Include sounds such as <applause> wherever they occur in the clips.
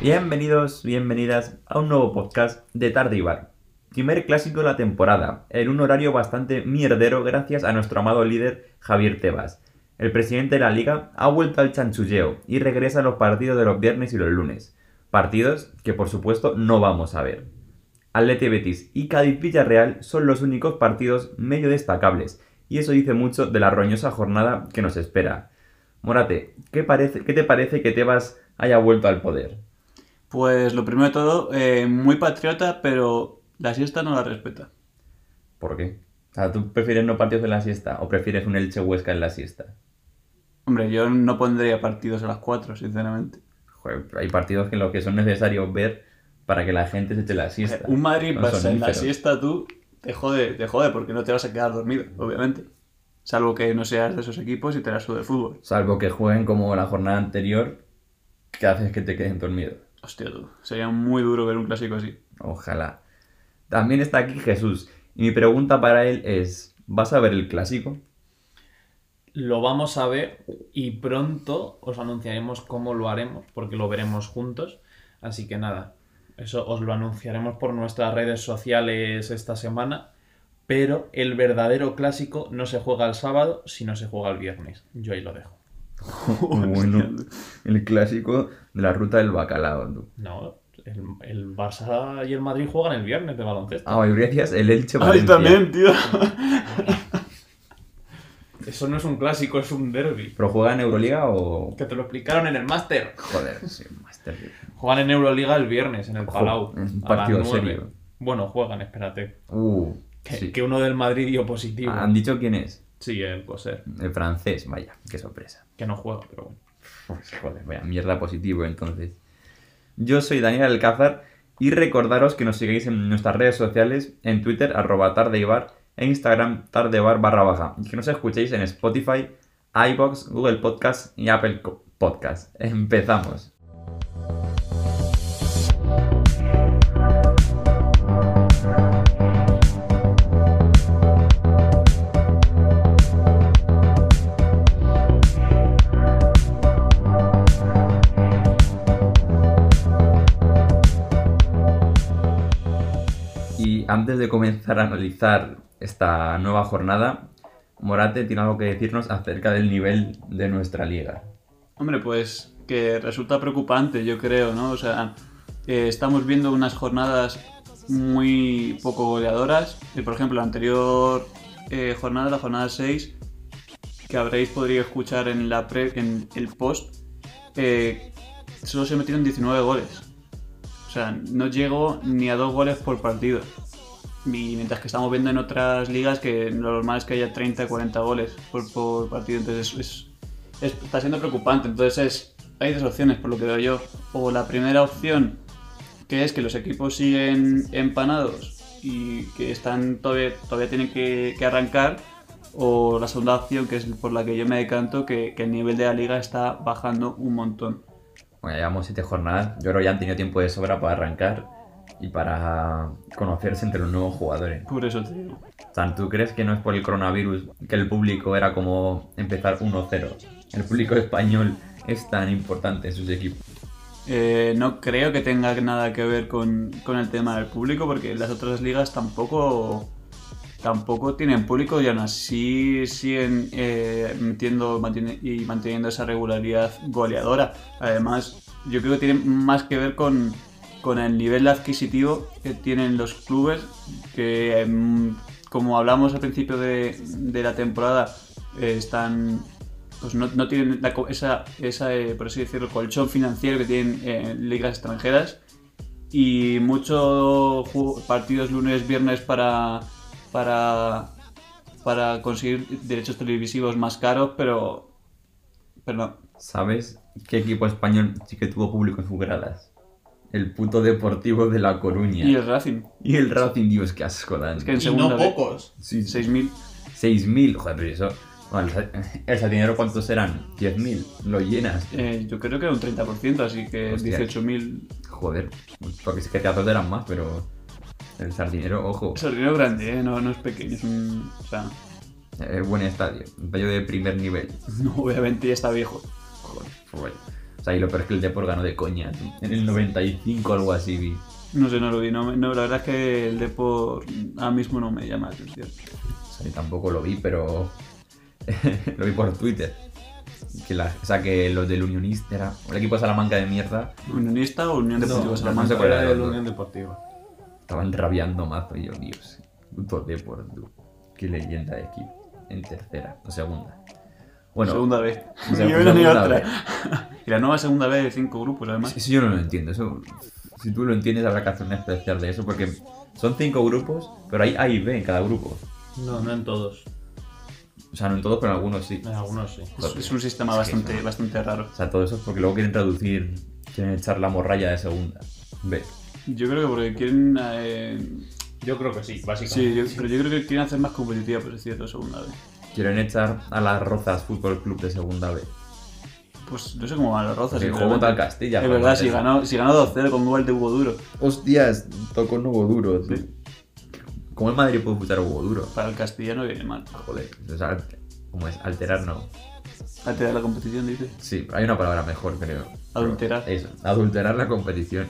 Bienvenidos, bienvenidas a un nuevo podcast de Tarde y Bar. Primer clásico de la temporada, en un horario bastante mierdero gracias a nuestro amado líder Javier Tebas. El presidente de la liga ha vuelto al chanchulleo y regresa a los partidos de los viernes y los lunes. Partidos que por supuesto no vamos a ver. Atleti Betis y Cádiz Villarreal son los únicos partidos medio destacables y eso dice mucho de la roñosa jornada que nos espera. Morate, ¿qué, parece, qué te parece que Tebas haya vuelto al poder? Pues lo primero de todo, eh, muy patriota, pero la siesta no la respeta. ¿Por qué? O sea, ¿tú prefieres no partidos en la siesta o prefieres un Elche Huesca en la siesta? Hombre, yo no pondría partidos a las 4, sinceramente. Joder, hay partidos que lo que son necesarios ver para que la gente se eche la Eh, siesta. Un Madrid Son pasa en la somníferos. siesta, tú te jode, te jode porque no te vas a quedar dormido, obviamente. Salvo que no seas de esos equipos y te la sude el fútbol. Salvo que jueguen como la jornada anterior, que haces que te queden dormido. Hostia, tú. Sería muy duro ver un clásico así. Ojalá. También está aquí Jesús. Y mi pregunta para él es, ¿vas a ver el <laughs> clásico? Lo vamos a ver y pronto os anunciaremos cómo lo haremos, porque lo veremos juntos. Así que nada, eso os lo anunciaremos por nuestras redes sociales esta semana. Pero el verdadero clásico no se juega el sábado, sino se juega el viernes. Yo ahí lo dejo. Bueno, el clásico de la ruta del bacalao. tú. No, el, el Barça y el Madrid juegan el viernes de baloncesto. Ah, hoy decías el Elche <laughs> Ay, Valencia. también, tío. Eso no es un clásico, es un derby. ¿Pero juega en Euroliga <laughs> o...? Que te lo explicaron en el máster. Joder, sí, Master League. Juegan en Euroliga el viernes en el Ojo, Palau. es un a las partido nueve. serio. Bueno, juegan, espérate. Uh, Que, sí. Ah, que uno del Madrid dio positivo. ¿Han dicho quién es? Sí, el coser. El francés, vaya, qué sorpresa. Que no juega, pero bueno. <laughs> Pues, joder, vaya mierda positivo entonces. Yo soy Daniel Alcázar y recordaros que nos sigáis en nuestras redes sociales, en Twitter, arroba tardeibar, en Instagram, tardebar barra baja, y que nos escuchéis en Spotify, iBox, Google Podcast y Apple Co- Podcast. Empezamos. Y antes de comenzar a analizar esta nueva jornada, Morate tiene algo que decirnos acerca del nivel de nuestra liga. Hombre, pues que resulta preocupante, yo creo, ¿no? O sea, eh, estamos viendo unas jornadas muy poco goleadoras. Y, por ejemplo, la anterior eh, jornada, la jornada 6, que habréis podido escuchar en, la pre- en el post, eh, solo se metieron 19 goles. O sea, no llego ni a dos goles por partido. Y mientras que estamos viendo en otras ligas que lo normal es que haya 30, 40 goles por, por partido, entonces es- es, es- está siendo preocupante. Entonces es- hay dos opciones, por lo que veo yo. O la primera opción, que es que los equipos siguen empanados y que están todavía, todavía tienen que, que arrancar. O la segunda opción, que es por la que yo me decanto, que, que el nivel de la liga está bajando un montón. Bueno, llevamos siete jornadas. Yo creo que ya han tenido tiempo de sobra para arrancar y para conocerse entre los nuevos jugadores. Por eso te digo. O sea, ¿tú crees que no es por el coronavirus que el público era como empezar 1-0? El público español es tan importante en sus equipos. Eh, no creo que tenga nada que ver con, con el tema del público, porque las otras ligas tampoco, tampoco tienen público y aún así siguen eh, metiendo mantiene- y manteniendo esa regularidad goleadora. Además, yo creo que tiene más que ver con, con el nivel adquisitivo que tienen los clubes, que em, como hablamos al principio de, de la temporada, eh, están pues no, no tienen la co- esa, esa eh, por así decirlo, colchón financiero que tienen eh, ligas extranjeras y muchos partidos lunes, viernes para, para, para conseguir derechos televisivos más caros, pero, pero no. ¿Sabes qué equipo español sí que tuvo público en sus gradas? El puto Deportivo de La Coruña. Y el Racing, Y el Racing, Dios, qué asco dan. Es que en Y no segunda vez- pocos. Sí, sí. 6.000. 6.000, joder, pero eso. Bueno, el, el satinero, ¿cuántos serán? 10.000, lo llenas. eh, yo creo que un 30%, así que Hostia. 18.000. Joder, porque es que te eran más, pero. El sardinero, ojo, Es un dinero grande, ¿eh? no, no es pequeño. Es un, o sea, <laughs> es buen estadio, un estadio de primer nivel. no, obviamente ya está viejo. Joder, pues vaya. O sea, y lo peor es que el Depor ganó de coña, tío. En el 95 o algo así, vi. No sé, no lo vi. No, me- no, la verdad es que el Depor ahora mismo no me llama la atención. O sea, yo tampoco lo vi, pero <laughs> lo vi por Twitter. Que la- o sea, que los del Unionista era el equipo de Salamanca de mierda. ¿Unionista o Unión Deportiva no sé Salamanca? cuál era Era el de la otro. Unión Deportiva. Estaban rabiando mazo y yo, Dios. Puto Depor, tú. Qué leyenda de equipo. En tercera o segunda. Bueno, segunda vez. o sea, Ni una ni segunda otra. <laughs> vez. Y la nueva segunda vez de cinco grupos, además. Eso yo no lo entiendo. Eso, si tú lo entiendes, habrá que hacer una especial de eso. Porque son cinco grupos, pero hay A y B en cada grupo. No, no en todos. O sea, no en todos, pero en algunos sí. En algunos sí. Es, es un sistema Es que bastante, eso- bastante raro. O sea, todo eso es porque luego quieren traducir, quieren echar la morralla de segunda. B. Yo creo que porque quieren. eh, Yo creo que sí, sí, yo- pero yo creo que quieren hacer más competitiva, por decir la segunda vez. Quieren echar a las Rozas Fútbol Club de segunda B. Pues no sé cómo van las rozas. Porque jugó sinceramente. contra el Castilla. Es verdad, si realmente. ganó, si ganó 2-0 con gol de Hugo Duro. Hostias, tocó nuevo duro. tío. ¿Cómo el Madrid puede escuchar huevo duro? Para el castellano viene mal. Joder, o sea, como es alterar, no. Alterar la competición, dice. Sí, hay una palabra mejor, creo. Adulterar. Eso, adulterar la competición.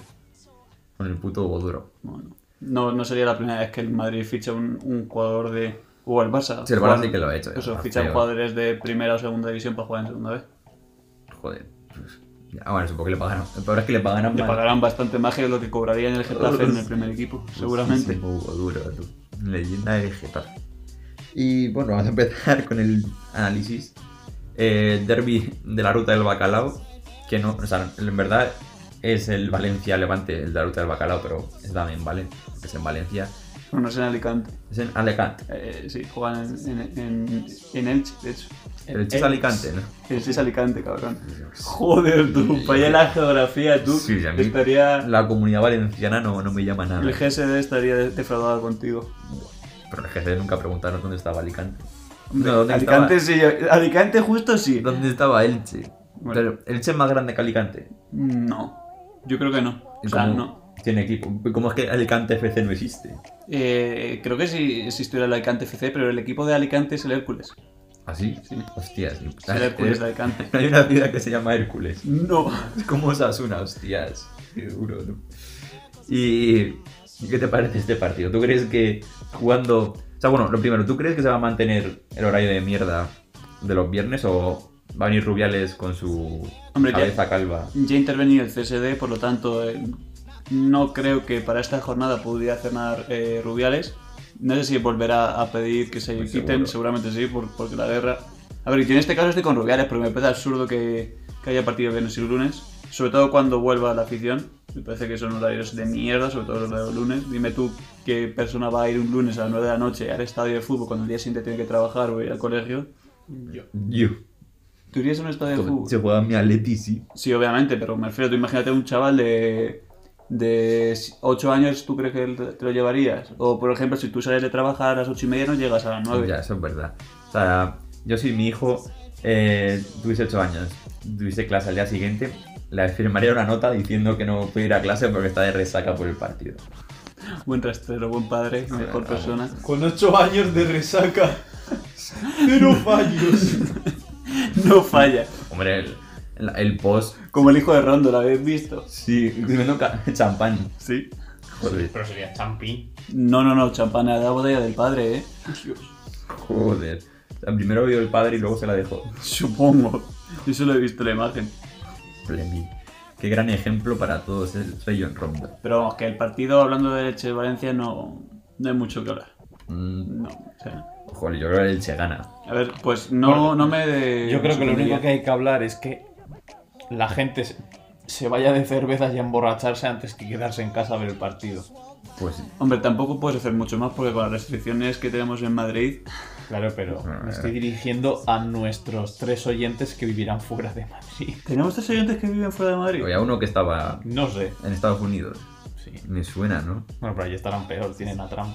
Con el puto huevo duro. Bueno, no, no sería la primera vez que el Madrid ficha un, un jugador de. O el Barça. Sí, el Barça Juegan- sí que lo ha hecho, ya, Eso, está fichan feo. jugadores de primera o segunda división para jugar en segunda vez. Joder. pues, ya, Ah, bueno, supongo que le pagaron. El peor es que le pagarán Le mal. pagarán bastante más que lo que cobraría en el Getafe en el primer equipo, seguramente. Muchísimo Hugo Duro, tú. Leyenda de Getafe. Y bueno, vamos a empezar con el análisis. Eh, derby de la ruta del bacalao. Que no, o sea, en verdad es el Valencia Levante, el de la ruta del bacalao, pero es también Valencia, es en Valencia. No, no es en Alicante. Es en Alicante. Eh, sí, juegan en, en, en, en Elche, de hecho. El hecho es Alicante, ¿no? Elche es Alicante, cabrón. Joder, tú, para allá la geografía, tú. Sí, a mí- estaría, La comunidad valenciana no, no me llama nada. el GSD estaría defraudado contigo. Pero el jefe nunca preguntaron dónde estaba Alicante. Hombre, No, ¿dónde Alicante sí, yo- Alicante justo sí. estaba, ¿Dónde estaba Elche? Bueno. Pero Elche es más grande que Alicante. No, yo creo que no. ¿Y O sea, cómo no. Tiene equipo. ¿Cómo es que Alicante FC no existe? Eh, creo que sí existió el Alicante FC, pero el equipo de Alicante es el Hércules. ¿Así? Ah, Sí. Hostias. Es el Hércules de Alicante. Hay una ciudad que se llama Hércules. No. <laughs> Es como Osasuna, hostias. Qué duro, ¿no? ¿Y y qué te parece este partido? ¿Tú crees que jugando... O sea, bueno, lo primero, ¿tú crees que se va a mantener el horario de mierda de los viernes o va a venir Rubiales con su Hombre, ya- cabeza calva? Ya intervenía el CSD, por lo tanto, eh, no creo que para esta jornada pudiera cenar eh, Rubiales. No sé si volverá a pedir que se Pues quiten, seguramente sí, por- porque la guerra. A ver, yo en este caso estoy con Rubiales, porque me parece absurdo que, que haya partido viernes y lunes, sobre todo cuando vuelva la afición. Me parece que son horarios de mierda, sobre todo los de los lunes. Dime tú qué persona va a ir un lunes a las 9 de la noche al estadio de fútbol cuando el día siguiente tiene que trabajar o ir al colegio. Yo. Yo. ¿Tú irías a un estadio de fútbol? Se juega mi Atleti, sí. Sí, obviamente, pero me refiero, tú imagínate un chaval de, de 8 años, ¿tú crees que él te lo llevarías? O, por ejemplo, si tú sales de trabajar a las 8 y media, no llegas a las 9. Ya, eso es verdad. O sea, yo si mi hijo eh, tuviese 8 años, tuviese clase al día siguiente, le firmaría una nota diciendo que no puede ir a clase porque está de resaca por el partido. Buen rastrero, buen padre, mejor persona. <laughs> Con 8 años de resaca. <laughs> Cero fallos. No falla. Hombre, el, el, el post, Como el hijo de Rondo, ¿lo habéis visto? sí, bebiendo ca- <laughs> champán. Sí. Joder, Pero sería champín. No, no, no, champán a la botella del padre, ¿eh? joder. O sea, primero vio el padre y luego se la dejó. Supongo. Yo solo he visto la imagen. Splendid. Qué gran ejemplo para todos, eh, soy John Ronda. Pero vamos, que el partido, hablando de Leche Valencia, no, no hay mucho que hablar. Mm, No, o sea. joder, yo creo que el Che gana. A ver, pues no, no me. Yo creo que lo sorprendería. único que hay que hablar es que la gente se- se vaya de cervezas y a emborracharse antes que quedarse en casa a ver el partido. Pues sí. Hombre, tampoco puedes hacer mucho más porque con las restricciones que tenemos en Madrid, Claro, pero me estoy dirigiendo a nuestros tres oyentes que vivirán fuera de Madrid. ¿tenemos tres oyentes que viven fuera de Madrid? Había uno que estaba No sé. en Estados Unidos. Sí. Me suena, ¿no? Bueno, pero allí estarán peor, tienen a Trump.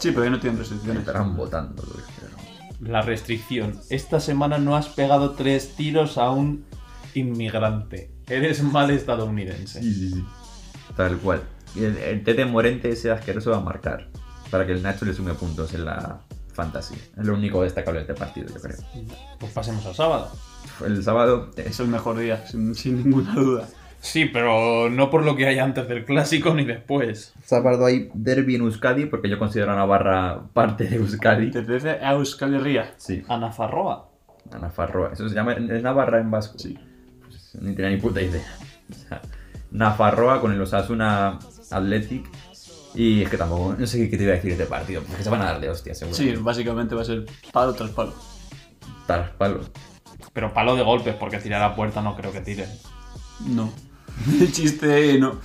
Sí, pero ahí no tienen restricciones. Estarán votando, lo espero. La restricción. Esta semana no has pegado tres tiros a un inmigrante. Eres mal estadounidense. Sí, sí, sí. Tal cual. Y El, el Tete Morente ese asqueroso va a marcar. Para que el Nacho le sume puntos en la fantasy. Es lo único destacable de este partido, yo creo. Pues pasemos al sábado. el sábado. eh, Es el mejor día, sin, sin ninguna duda. Sí, pero no por lo que hay antes del clásico ni después. Sábado hay derby en Euskadi, porque yo considero a Navarra parte de Euskadi. Te parece a Euskal Herria. Sí, Ana Farroa. a Nafarroa. Eso se llama es Navarra en vasco. Sí. Pues, ni tenía ni puta idea. O sea, Nafarroa con el Osasuna Athletic. Y es que tampoco, no sé qué te iba a decir de este partido, porque se van a dar de hostia, seguro. Sí, básicamente va a ser palo tras palo. Tal palo. Pero palo de golpes, porque tirar a puerta no creo que tire. No. <laughs> El chiste, no.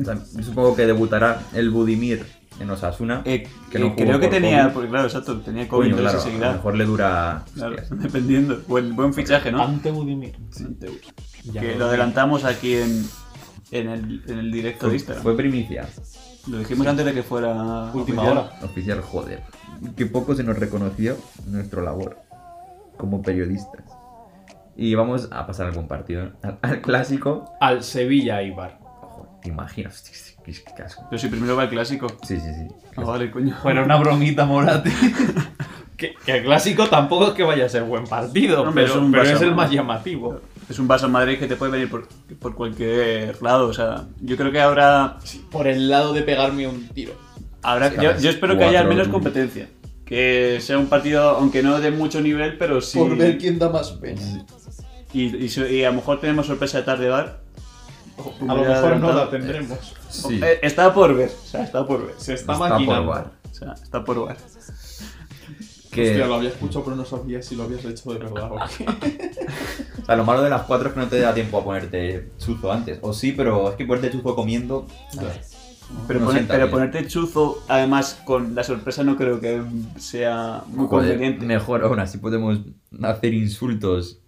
O sea, yo supongo que debutará el Budimir en Osasuna. Eh, Que no eh, jugó creo que por tenía, COVID. porque claro, exacto, tenía COVID, Coño, entonces claro, a lo enseguida. mejor le dura. Claro, hostias. dependiendo. Buen, buen fichaje, Ah, ¿no? Ante Budimir. Ya que no- lo adelantamos aquí en, en, el, en el directo de Fue, Instagram. fue primicia. Lo dijimos antes de que fuera Última oficial. hora. Oficial, joder. Que poco se nos reconoció nuestra labor como periodistas. Y vamos a pasar algún partido. Al, al clásico. Al Sevilla Ibar. Ojo, te imaginas, hostia, es que- es que casco. Pero si primero va el clásico. Sí, sí, sí. Ah, vale, coño. Bueno, una <laughs> bromita, Morati. que, que el clásico tampoco es que vaya a ser buen partido, Hombre, pero, es un pero Barça, es el ¿no? más llamativo. Es un vaso Madrid que te puede venir por, por cualquier lado. O sea, yo creo que habrá. Por el lado de pegarme un tiro. habrá Sí, yo, habrá yo espero que haya al cuatro, menos ¿no? competencia. Que sea un partido, aunque no de mucho nivel, pero sí. quién da más pena. Y, y su- y a lo mejor tenemos sorpresa de tarde bar. A lo Ya mejor no adelantado. la tendremos. Sí. Eh, está por ver. O sea, está por ver. Se está, Está por maquinando. bar. O sea, está por ver. Que, Hostia, lo había escuchado, pero no sabía si lo habías hecho de verdad o <laughs> qué. o sea, lo malo de las cuatro es que no te da tiempo a ponerte chuzo antes. O sí, pero es que ponerte chuzo comiendo. a ver, Pero, no poner- sienta pero bien. ponerte chuzo, además, con la sorpresa no creo que mm, sea muy Joder, conveniente. mejor aún, así podemos hacer insultos.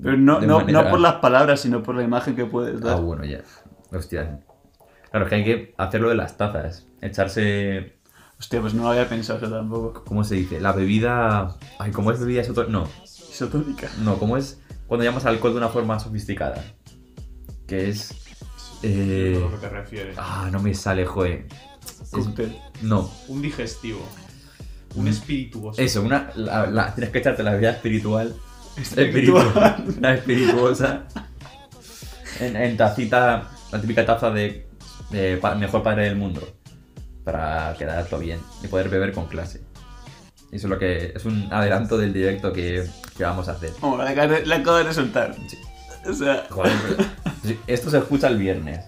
Pero no, de no, manera- no por las palabras, sino por la imagen que puedes Ah, dar. bueno, ya. Hostia. Claro, es que hay que hacerlo de las tazas. Echarse. Hostia, pues no lo había pensado eso tampoco. ¿Cómo se dice? La bebida. Ay, ¿cómo es bebida isotónica? No, Isotónica. no, ¿cómo es cuando llamas alcohol de una forma sofisticada? Que es. eh, a lo que te refieres. Ah, no me sale, joe. Cóctel. No. Un digestivo. Mm. Un espirituoso. Eso, una. la- la- tienes que echarte la bebida espiritual. Espiritual. Espiritual. La espirituosa. En, en tacita. La típica taza de, de pa- mejor padre del mundo. Para quedar todo bien y poder beber con clase. Eso es lo que. Es un adelanto del directo que, que vamos a hacer. Vamos, la acabo de- la acabo de resultar. Sí. O sea, Joder, pero- sí, esto se escucha el viernes.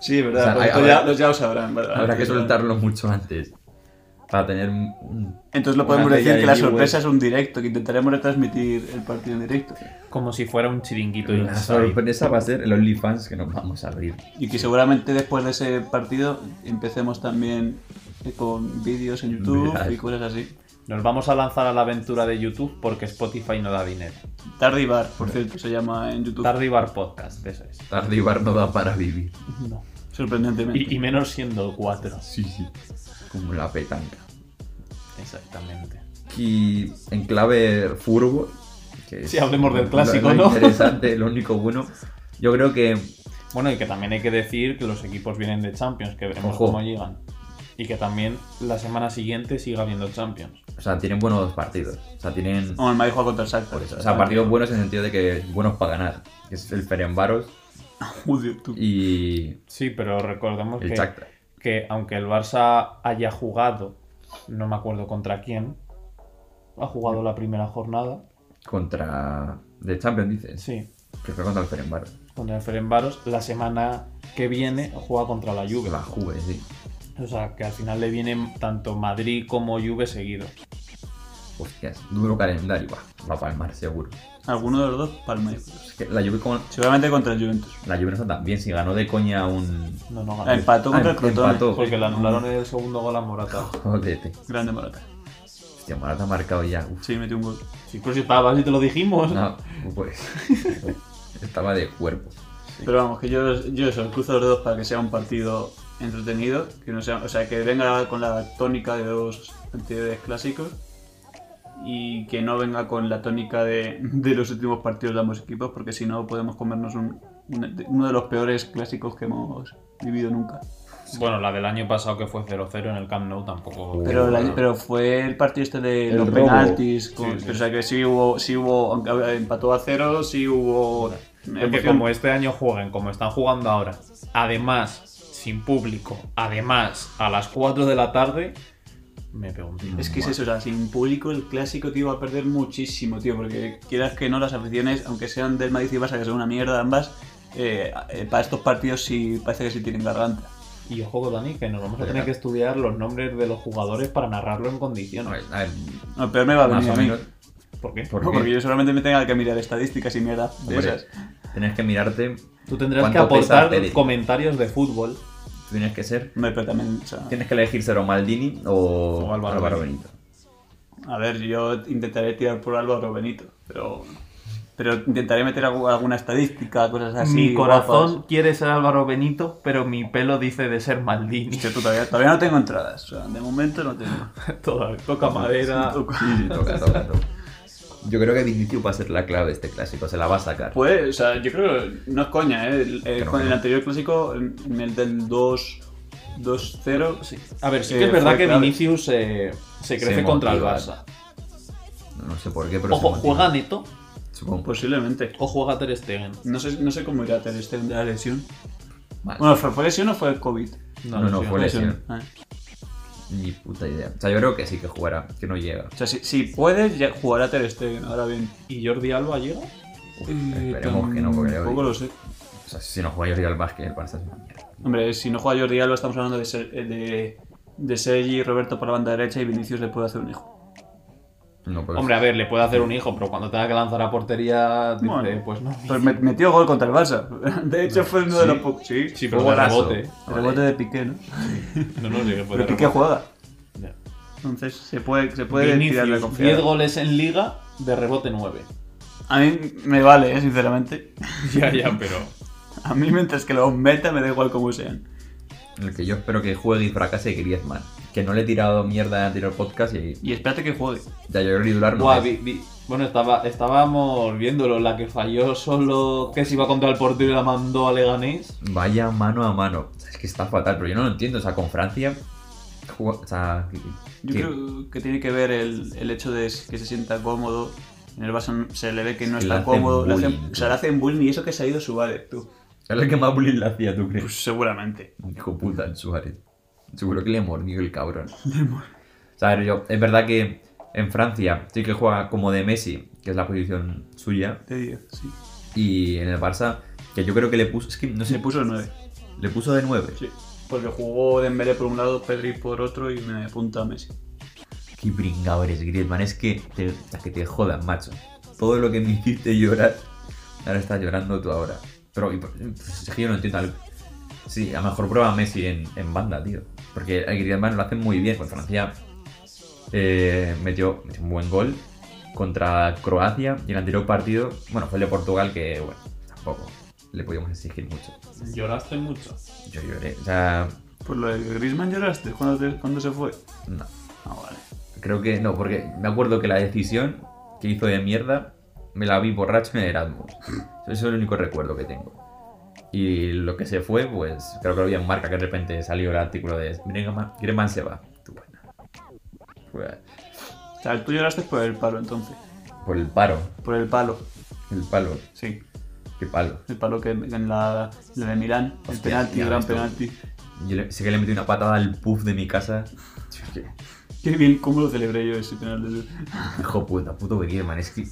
sí, es O sea, verdad. hay- pues esto habrá- ya, los ya lo sabrán. ¿verdad? Habrá que soltarlo mucho antes. Para tener. un- Entonces lo Una podemos botella decir de que la New sorpresa es un directo, que intentaremos retransmitir el partido en directo. Como si fuera un chiringuito. La inside. sorpresa va a ser el OnlyFans que nos vamos a abrir. Y que seguramente después de ese partido empecemos también eh, con vídeos en YouTube Verás. y cosas así. Nos vamos a lanzar a la aventura de YouTube porque Spotify no da dinero. Tarde y Bar, por cierto, se llama en YouTube. Tarde y Bar Podcast, eso es. Tarde y bar no da para vivir. No. Sorprendentemente. Y, y menos siendo cuatro. Sí, sí. Como la petanca. Exactamente. Y en clave furbo. Que es Sí, hablemos del lo- clásico, lo ¿no? Interesante, <laughs> lo único bueno. Yo creo que. Bueno, y que también hay que decir que los equipos vienen de Champions, que veremos Ojo. cómo llegan. Y que también la semana siguiente siga habiendo Champions. O sea, tienen buenos partidos. O sea, tienen. Ah. Como el Madrid juega contra el Shakhtar. por eso. O sea, partidos buenos en el sentido de que buenos para ganar. Que es el Ferenbaros Joder, tú. y Sí, pero recordemos el que, Shakhtar. que aunque el Barça haya jugado, no me acuerdo contra quién, ha jugado la primera jornada. Contra. De Champions, dices. Sí, Que fue contra el Ferenbaros. contra el Ferenbaros. La semana que viene juega contra la Juve. La Juve, sí. O sea, que al final le vienen tanto Madrid como Juve seguidos. Hostias, duro calendario. Va, va a palmar, seguro. Alguno de los dos palma. yo creo. Es que la Juve, como- Seguramente contra el Juventus. la Juve no está tan bien. Si ganó de coña un. <laughs> No, no Ah, ganó. Empató contra Ah, el Crotone. empató. Porque le anularon el segundo gol a Morata. Jodete. Grande Morata. Hostia, Morata ha marcado ya. Uf. Sí, metió un gol. Sí, pero si estabas y te lo dijimos. No, <laughs> pues. Estaba de cuerpo. Pero vamos, que yo, yo eso, cruzo los dos para que sea un partido entretenido, que no sea, o sea, que venga con la tónica de los anteriores clásicos y que no venga con la tónica de, de los últimos partidos de ambos equipos, porque si no podemos comernos un- un- uno de los peores clásicos que hemos vivido nunca. Bueno, la del año pasado que fue 0-0 en el Camp Nou tampoco. Pero, el año- Bueno. pero fue el partido este de El los robo. penaltis. con- Sí, sí. O sea que sí hubo, sí hubo, aunque empató a cero, sí hubo. Porque emoción. como este año jueguen, como están jugando ahora, además, sin público, además, a las 4 de la tarde, me pego un tiro. Es que es eso, o sea, sin público el clásico, tío, va a perder muchísimo, tío, porque quieras que no, las aficiones, aunque sean del Madrid y Barça, que son una mierda ambas, eh, eh, para estos partidos sí parece que sí tienen garganta. Y ojo, Dani, que nos vamos Pues a tener que estudiar los nombres de los jugadores para narrarlo en A ver, condiciones. a ver, No, peor me va a más venir o a mí. menos. ¿Por qué? ¿por No, qué? <laughs> porque yo solamente me tenga que mirar estadísticas y mierda de Hombre, esas. Tienes que mirarte, Tú tendrás que ¿Cuánto pesa aportar Pedri? comentarios de fútbol. tienes que ser. Hombre, pero también, o sea, Tienes que elegir ser o Maldini o, O Álvaro Benito. a ver, yo intentaré tirar por Álvaro Benito, pero, pero intentaré meter algu- alguna estadística, cosas así. mi corazón guapas. quiere ser Álvaro Benito, pero mi pelo dice de ser Maldini. Hostia, tú todavía, todavía no tengo entradas, o sea, de momento no tengo. <laughs> Toda, toca madera. Sí, sí, toca, toca, toca. Yo creo que Vinicius va a ser la clave de este clásico, se la va a sacar. <laughs> Pues, o sea, yo creo, no es coña, ¿eh? El, el- Creo con que el no. anterior clásico, en el del 2 2-0, sí. A ver, sí que Eh, es verdad fue que clave. Vinicius eh, se crece Se contra el motiva. Barça. No sé por qué, pero. Ojo, se motiva. juega Neto Supongo. posiblemente. o juega Ter Stegen. No sé, no sé cómo irá Ter Stegen de la lesión. Vale. Bueno, ¿fue, fue lesión o fue COVID? No, no, sé. fue lesión. Ah. Ni puta idea. O sea, yo creo que sí que jugará, que no llega. O sea, si, si puedes, ya jugará Ter Stegen, ahora bien. ¿Y Jordi Alba llega? Uf, esperemos que no, porque Tampoco hoy- lo sé. O sea, si no juega Jordi Alba, es que el Barça es una mierda. Hombre, si no juega Jordi Alba, estamos hablando de, Ser- de, de Sergi y Roberto por la banda derecha y Vinicius le puede hacer un hijo. No, pues, Hombre, a ver, le puede hacer un hijo, pero cuando tenga que lanzar a portería, dice, Bueno. pues no. Pues met- metió gol contra el Barça. <laughs> De hecho, fue uno de Sí. los pocos. Sí, Sí, fue pero de golazo. rebote. El rebote de Piqué, ¿no? No, no, sí Pero que fue de Piqué rebote. juega. Ya. Entonces se puede, se puede tirar la Vinicius, 10 confianza. goles en liga, de rebote 9. A mí me vale, eh, sinceramente. ya, ya, pero... A mí mientras que los meta me da igual como sean. El que yo espero que juegue y fracase Griezmann. Que no le he tirado mierda en el anterior podcast y Y espérate que juegue. ya yo el titular no Buah, es. vi- vi- Bueno, estaba, estábamos viéndolo, la que falló solo que se iba contra el portero y la mandó a Leganés. Vaya mano a mano. O sea, es que está fatal, pero yo no lo entiendo. O sea, con Francia. jugó- O sea, Yo que- creo que tiene que ver el, el hecho de que se sienta cómodo. En el Barça se le ve que no Es que le está hacen cómodo. le hacen- bullying, o sea, le hacen bullying y eso que se ha ido Suárez, tú. es el que más bullying le hacía, ¿tú crees? Pues seguramente. Hijo puta, el Suárez. Seguro que le mordió el cabrón. O sea, a ver, yo, es verdad que en Francia sí que juega como de Messi, que es la posición suya, Te digo, sí. y en el Barça, que yo creo que le puso, es que no sé, Se puso 9. le puso de 9. Sí. Porque jugó Dembélé por un lado, Pedri por otro y me apunta a Messi. Qué pringao eres, Griezmann, es que te, es que te jodan, macho. Todo lo que me hiciste llorar, ahora estás llorando tú ahora. Pero y por- pues, es que yo no entiendo. al- Sí, a lo mejor prueba a Messi en, en banda, tío. Porque el Griezmann lo hace muy bien. Con Francia eh, metió, metió un buen gol contra Croacia y el anterior partido, bueno, fue el de Portugal que, bueno, tampoco le podíamos exigir mucho. Lloraste mucho. Yo lloré, o sea, Por lo de Griezmann lloraste cuando, te- cuando se fue. no. Ah, vale. Creo que no, porque me acuerdo que la decisión que hizo de mierda me la vi borracho en el Erasmus. Eso es el único recuerdo que tengo. Y lo que se fue, pues creo que lo vi en marca que de repente salió el artículo de "Griezmann- Griezmann se va. Tú, bueno. Fue O sea, tú lloraste por el palo entonces. Por el paro, Por el palo. el palo, Sí. qué palo. El palo que en la, la de Milán. El Hostia, penalti, ya gran ves tú. penalti. Yo le- sé que le metí una patada al puff de mi casa. Qué bien, cómo lo celebré yo ese penalti. Hijo puta, puto Griezmann, es que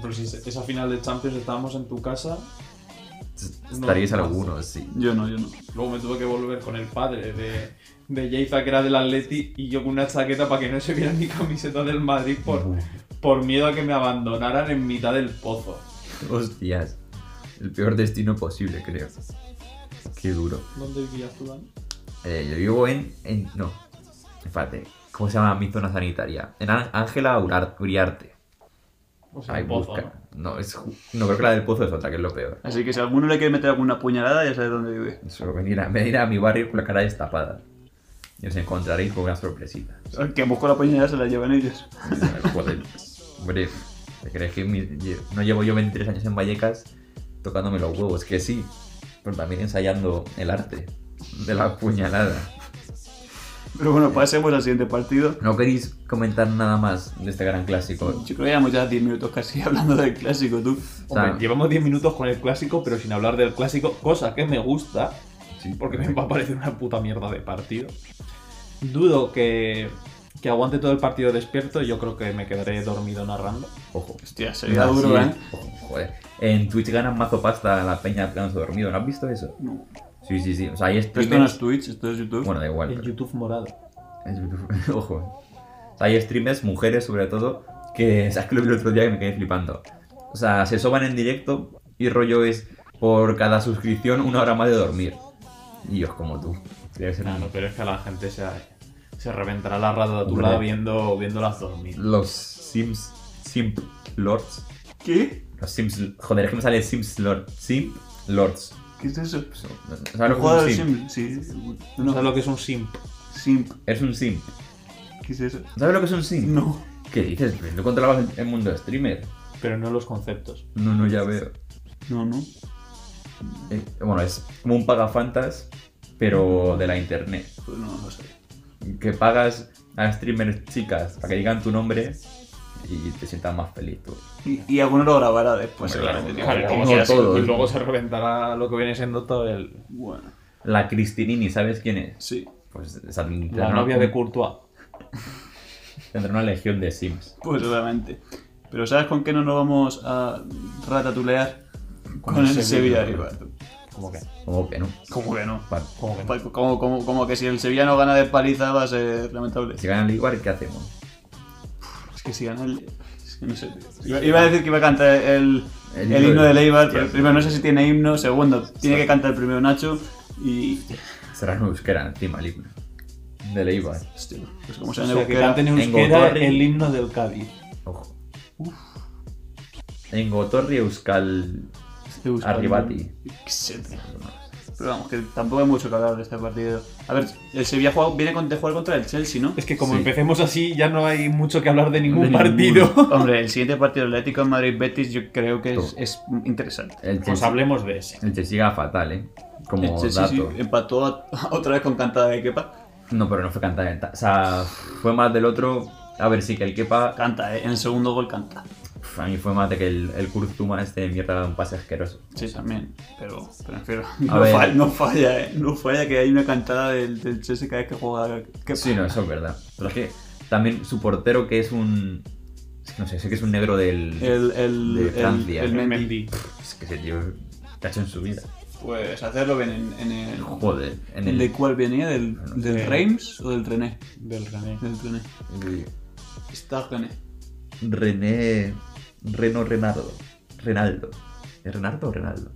Pero si esa final de Champions estábamos en tu casa, estaríais algunos, sí. Yo no, yo no. Luego me tuve que volver con el padre de, de Jeiza, que era del Atleti, y yo con una chaqueta para que no se viera mi camiseta del Madrid por, por miedo a que me abandonaran en mitad del pozo. Hostias, el peor destino posible, creo. Qué duro. ¿dónde vivías tú, Dan? Eh, yo vivo en, en- No. Espérate. ¿Cómo se llama mi zona sanitaria? En Á- Ángela Urar- Uriarte. O sea, Ay, el pozo. busca- No, es, ju- no, creo que la del pozo es otra, que es lo peor. Así que si alguno le quiere meter alguna puñalada, ya sabe dónde vive. Solo venir a, venir a mi barrio con la cara destapada. Y os encontraréis con una sorpresita. <laughs> El que buscó la puñalada se la llevan ellos. Joder. Hombre, ¿te crees que mi- no llevo yo 23 años en Vallecas tocándome los huevos? Que sí. Pero también ensayando el arte. de la puñalada. Pero bueno, pasemos al siguiente partido. ¿No queréis comentar nada más de este gran clásico? Yo creo que llevamos ya 10 minutos casi <laughs> hablando del clásico, tú. O sea, Hombre, llevamos 10 minutos con el clásico, pero sin hablar del clásico, cosa que me gusta, sí, porque me va a parecer una puta mierda de partido. Dudo que, que aguante todo el partido despierto, yo creo que me quedaré dormido narrando. Ojo. Hostia, sería Así duro, es. ¿eh? Ojo, Joder. En Twitch ganan mazo pasta la peña quedándose dormido. ¿No has visto eso? No. Sí, sí, sí. O sea, hay Pero Esto no streamers... es Twitch, esto es YouTube. Bueno, da igual. El pero- YouTube morado. Es YouTube. <laughs> Ojo. O sea, hay streamers, mujeres sobre todo, que, <laughs> o sea, que lo vi el otro día que me quedé flipando. O sea, se soban en directo y rollo es por cada suscripción una hora más de dormir. Y yo como tú. Debe ser Claro, pero es que a la gente se, se reventará la ratatura Mm. Hombre. viendo, viendo las dormir. Los Sims. Simp Lords. ¿Qué? Los Sims. Joder, es que me sale Sims Lords. Simp Lords. ¿Qué es eso? So- ¿Sabes lo que es ¿Jugador un de simp? Sim? Sí. No, ¿Sabes lo que es un simp? Simp. Eres un simp. ¿Qué es eso? ¿Sabes lo que es un simp? No. ¿Qué dices? Pues, ¿No controlabas el- el mundo streamer? Pero no los conceptos. No, no, ya veo. No, no. Eh, bueno, es como un pagafantas, pero de la internet. Pues no, no sé. Que pagas a streamers chicas para que digan tu nombre y te sientas más feliz tú. Y, y alguno lo grabará después, Hombre, seguramente. claro, tío. claro. como sea, todos. Y luego se reventará lo que viene siendo todo el... Bueno, La Cristinini, ¿sabes quién es? sí. Pues esa- La tendrá, novia de una, Courtois. tendrá una legión de sims. Pues seguramente. Pero ¿sabes con qué no nos vamos a ratatulear? Con, el Sevilla arriba. ¿Cómo que? Como que no. ¿Cómo que no? Vale. ¿Cómo que? no? Pa- Pues Como, como, como que si el Sevilla no gana de paliza va a ser lamentable. Si ganan el Iguar, ¿qué hacemos? Es pues que si gana el... es que no sé, tío. Iba, iba a decir que iba a cantar el, El el himno himno de- del Eibar, pero Hostia. primero no sé si tiene himno, segundo, tiene que cantar primero Nacho y... Será en euskera encima, el himno. Del Eibar. Hostia, pues como O sea en sea, que euskera, canten en en euskera Gotorri. el himno del Cádiz. Ojo. En Gotorri Euskal euskera, Arribati. etcétera. Pero vamos, que tampoco hay mucho que hablar de este partido. A ver, el Sevilla ha jugado- viene con- de jugar contra el Chelsea, ¿no? Es que como Sí. empecemos así, ya no hay mucho que hablar de ningún De partido. Hombre, el siguiente partido del Atlético Madrid-Betis yo creo que es, es interesante. El Pues Chelsea, hablemos de ese. el Chelsea gana fatal, ¿eh? Como el Chelsea dato. sí, em. empató a- <laughs> otra vez con cantada de Kepa. No, pero no fue cantar. O sea, fue más del otro. A ver, sí que el Kepa. Canta, ¿eh? en el segundo gol canta. pf, A mí fue más de que el, el Kurzuma este de mierda da un pase asqueroso. Sí, también, pero prefiero. <laughs> A No, ver. fa- no falla, ¿eh? No falla que hay una cantada del, del Chelsea cada vez que juega Kepa. Sí, no, eso es verdad. Pero es que también su portero, que es un. es que No sé, sé que es un negro del. El, el, De el, Francia. el Mendy. Mendy. Es que ese tío. ¿Qué ha hecho en su vida? Pues hacerlo bien en, en el. Joder. En ¿El el. de cuál venía? ¿Del, del Sí. Reims o del René? Del René. Del René. el- Está René. René. Reno Renardo. Renaldo. ¿Es Renardo o Renaldo?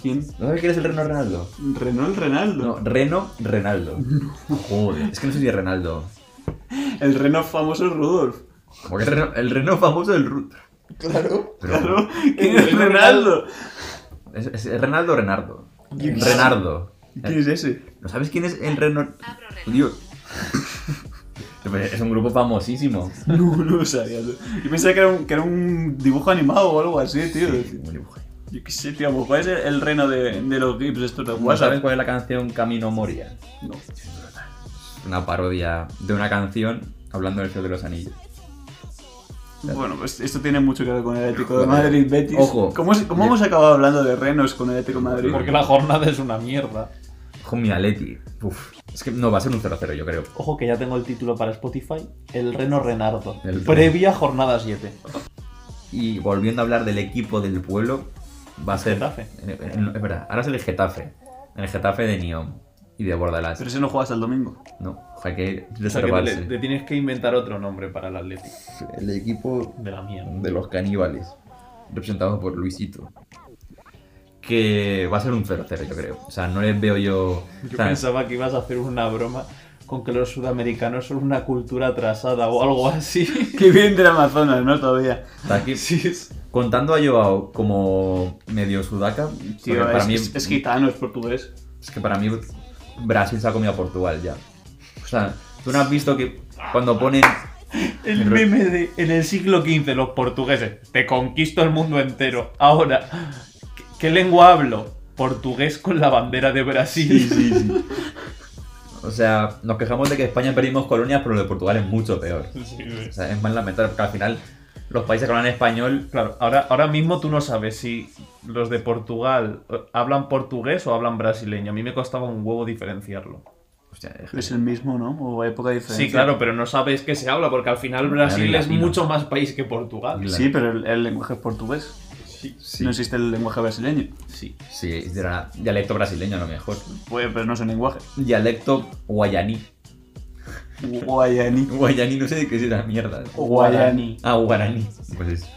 ¿Quién? ¿No sabes quién es el Reno Renaldo? Renault Renaldo. No, Reno Renaldo. Joder. Es que no sé si es Renaldo. El Renault famoso es Rudolf. Como que el Reno, el Reno famoso del Ru- Claro, Pero- claro. <laughs> ¿Quién es Renaldo? ¿Es, es Renaldo o Renardo? Yo qué sé. Renardo. ¿Quién es ese? <laughs> ¿No sabes quién es el Renardo? Dios. Es un grupo famosísimo. No, no lo sabía. tú. Yo pensaba que era, un, que era un dibujo animado o algo así, tío. Yo qué sé, tío. A lo mejor es el, el reno de, de los GIFs estos de ¿No sabes WhatsApp. cuál es la canción Camino Moria? No. Una parodia de una canción hablando del Señor de los Anillos. Bueno, pues esto tiene mucho que ver con el Atlético de Joder. Madrid, Betis. Ojo. ¿Cómo, se- cómo hemos acabado hablando de renos con el Atlético de Madrid? Porque la jornada es una mierda. Ojo, mi Aleti. Uf. Es que no, va a ser un 0-0, yo creo. Ojo que ya tengo el título para Spotify. El Reno Renardo. El Reno. previa jornada 7. Y volviendo a hablar del equipo del pueblo, va a ser. Getafe. Eh, eh, no, Es verdad, ahora es el Getafe. El Getafe de Neom y de Bordalás. Pero ese no juega hasta el domingo. No, ojo, hay que eh. O sea que te, reservarse. te tienes que inventar otro nombre para el Atlético. El equipo De la mierda. de los caníbales, representado por Luisito. Que va a ser un 0-0, yo creo. O sea, no les veo yo. Yo o sea, pensaba que ibas a hacer una broma con que los sudamericanos son una cultura atrasada o algo <laughs> así. Que viene del Amazonas, ¿no? Todavía. está aquí- <laughs> Sí, es- Contando a Joao como medio sudaca, porque Tío, para es, mí, es- es gitano, es portugués. es que para mí Brasil se ha comido a Portugal ya. O sea, tú no has visto que cuando ponen. El meme de en el siglo XV los portugueses. Te conquisto el mundo entero. Ahora, ¿qué, qué lengua hablo? portugués con la bandera de Brasil. sí, sí. O sea, nos quejamos de que España perdimos colonias, pero lo de Portugal es mucho peor. <laughs> Sí, O güey. sea, es más lamentable porque al final los países que hablan español Claro, ahora, ahora mismo tú no sabes si los de Portugal eh, hablan portugués o hablan brasileño. A mí me costaba un huevo diferenciarlo. hostia, es- Es el mismo, ¿no? O época diferente. Sí, claro, pero no sabes qué se habla porque al final Brasil es latino. mucho más país que Portugal. claro. Sí, pero el, el lenguaje es portugués. sí, No existe el lenguaje brasileño. Sí. sí, era dialecto brasileño a lo mejor. Pues, pero no es un lenguaje. Dialecto <laughs> guayaní. Guayani. Guayaní, no sé de qué es esa mierda. Guayani. Ah, guaraní. Pues es.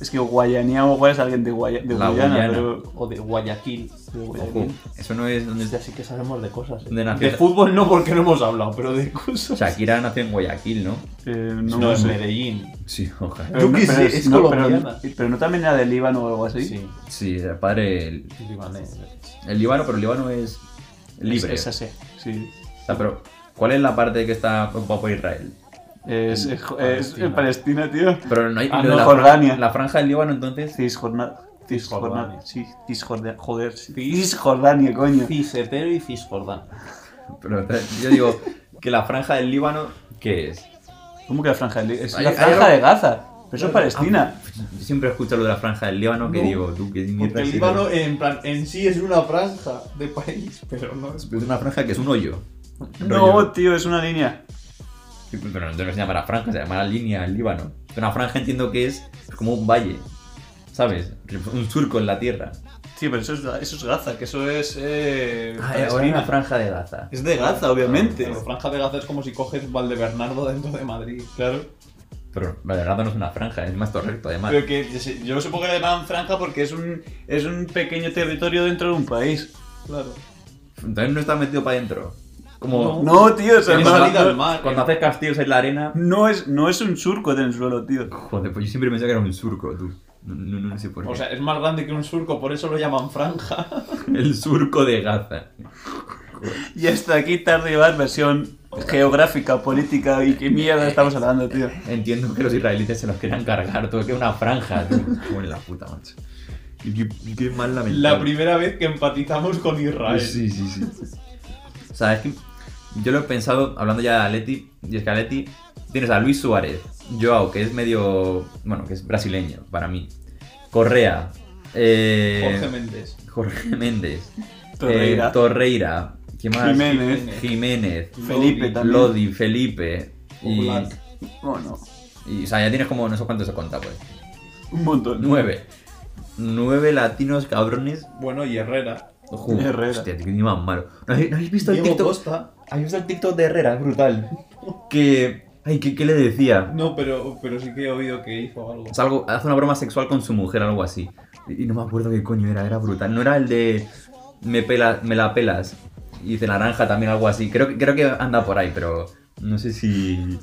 Es que guayaniagua es alguien de, Guaya- de La Guyana, Guyana. pero... O de Guayaquil. de Ojo, Guayaquil. eso no es donde Ya sí que sabemos de cosas. ¿eh? ¿Dónde nació? De fútbol no porque no hemos hablado, pero de cosas. Shakira nació en Guayaquil, ¿no? Eh, no, no, lo es sé. Medellín. Sí, ojalá. Pero Yo no- qué pero sé, es colombiana. Pero, pero no también era del Líbano o algo así. Sí, Sí, el padre. El, libanés. el Líbano, pero el Líbano es libre. Es, es así. Sí. O sea, pero. ¿Cuál es la parte que está ocupada por Israel? Es, es, es- Palestina. en Palestina, tío. Pero no hay. lo Ah, de no, la, Jordania. la franja del Líbano, entonces. Cisjordania. Cisjordania. Cisjordania. Sí, Cisjordania. Joder, sí. Cisjordania, coño. Cisetero y Cisjordán. Pero yo digo que la franja del Líbano, ¿qué es? ¿Cómo que la franja de Gaza? Es Hay- la hay franja algo- Ah, de Gaza. Pero eso es Palestina. Yo siempre escucho lo de la franja del Líbano que No, digo, tú, que mierda Porque el es Líbano en, plan, en sí es una franja de país, pero no es... Es una franja que es un hoyo. pues, No, tío, es una línea. Sí, Pero no se llamará franja, se llamará línea el Líbano. Una franja entiendo que es como un valle, ¿sabes? Un surco en la tierra. Sí, pero eso es, eso es Gaza, que eso es. Eh, Ah, ahora Palestina. una franja Ah, de Gaza. Es de Gaza, obviamente. Pero franja de Gaza es como si coges Valdebernardo dentro de Madrid. Claro. Pero la verdad no es una franja, es más correcto además. Pero que se- yo supongo que le llaman franja porque es un, es un pequeño territorio dentro de un país. Claro. Entonces no está metido para adentro. Como No, tío, es Tiene no, salida no, al mar. cuando haces castillos en la arena. No es, no es un surco en el suelo, tío. Joder, pues yo siempre pensé que era un surco, tú. No, no- no sé por qué. O sea, es más grande que un surco, por eso lo llaman franja. el surco de Gaza. Y hasta aquí tarde llevar versión geográfica, política y qué mierda estamos hablando, tío. Entiendo que los israelitas se los querían cargar, todo que una franja, tú. Como en la puta, macho. Y qué, y qué mal lamentable. La primera vez que empatizamos con Israel. Sí, sí, sí. O sea, es que yo lo he pensado, hablando ya de Atleti, y es que Atleti tienes a Luis Suárez, Joao, que es medio, bueno, que es brasileño para mí, Correa, eh, Jorge Méndez. Jorge Méndez, eh, Torreira. Torreira, ¿qué más? Jiménez. Jiménez, Felipe también. Lodi, Felipe, y, Oblak. Bueno, y, o sea, ya tienes como, no sé cuánto se conta, pues, un montón. nueve. Nueve latinos cabrones. Bueno, y Herrera. Ojo, Herrera. Hostia, qué ni más malo. ¿No habéis, no habéis visto el Diego TikTok? Costa. Ahí está el TikTok de Herrera, es brutal. Que. Ay, ¿qué, qué le decía? No, pero, pero sí que he oído que hizo algo. Es algo, hace una broma sexual con su mujer, algo así. Y y no me acuerdo qué coño era, era brutal. No era el de. Me, pela, me la pelas. Y de naranja también, algo así. Creo, que- creo que anda por ahí, pero. No sé si.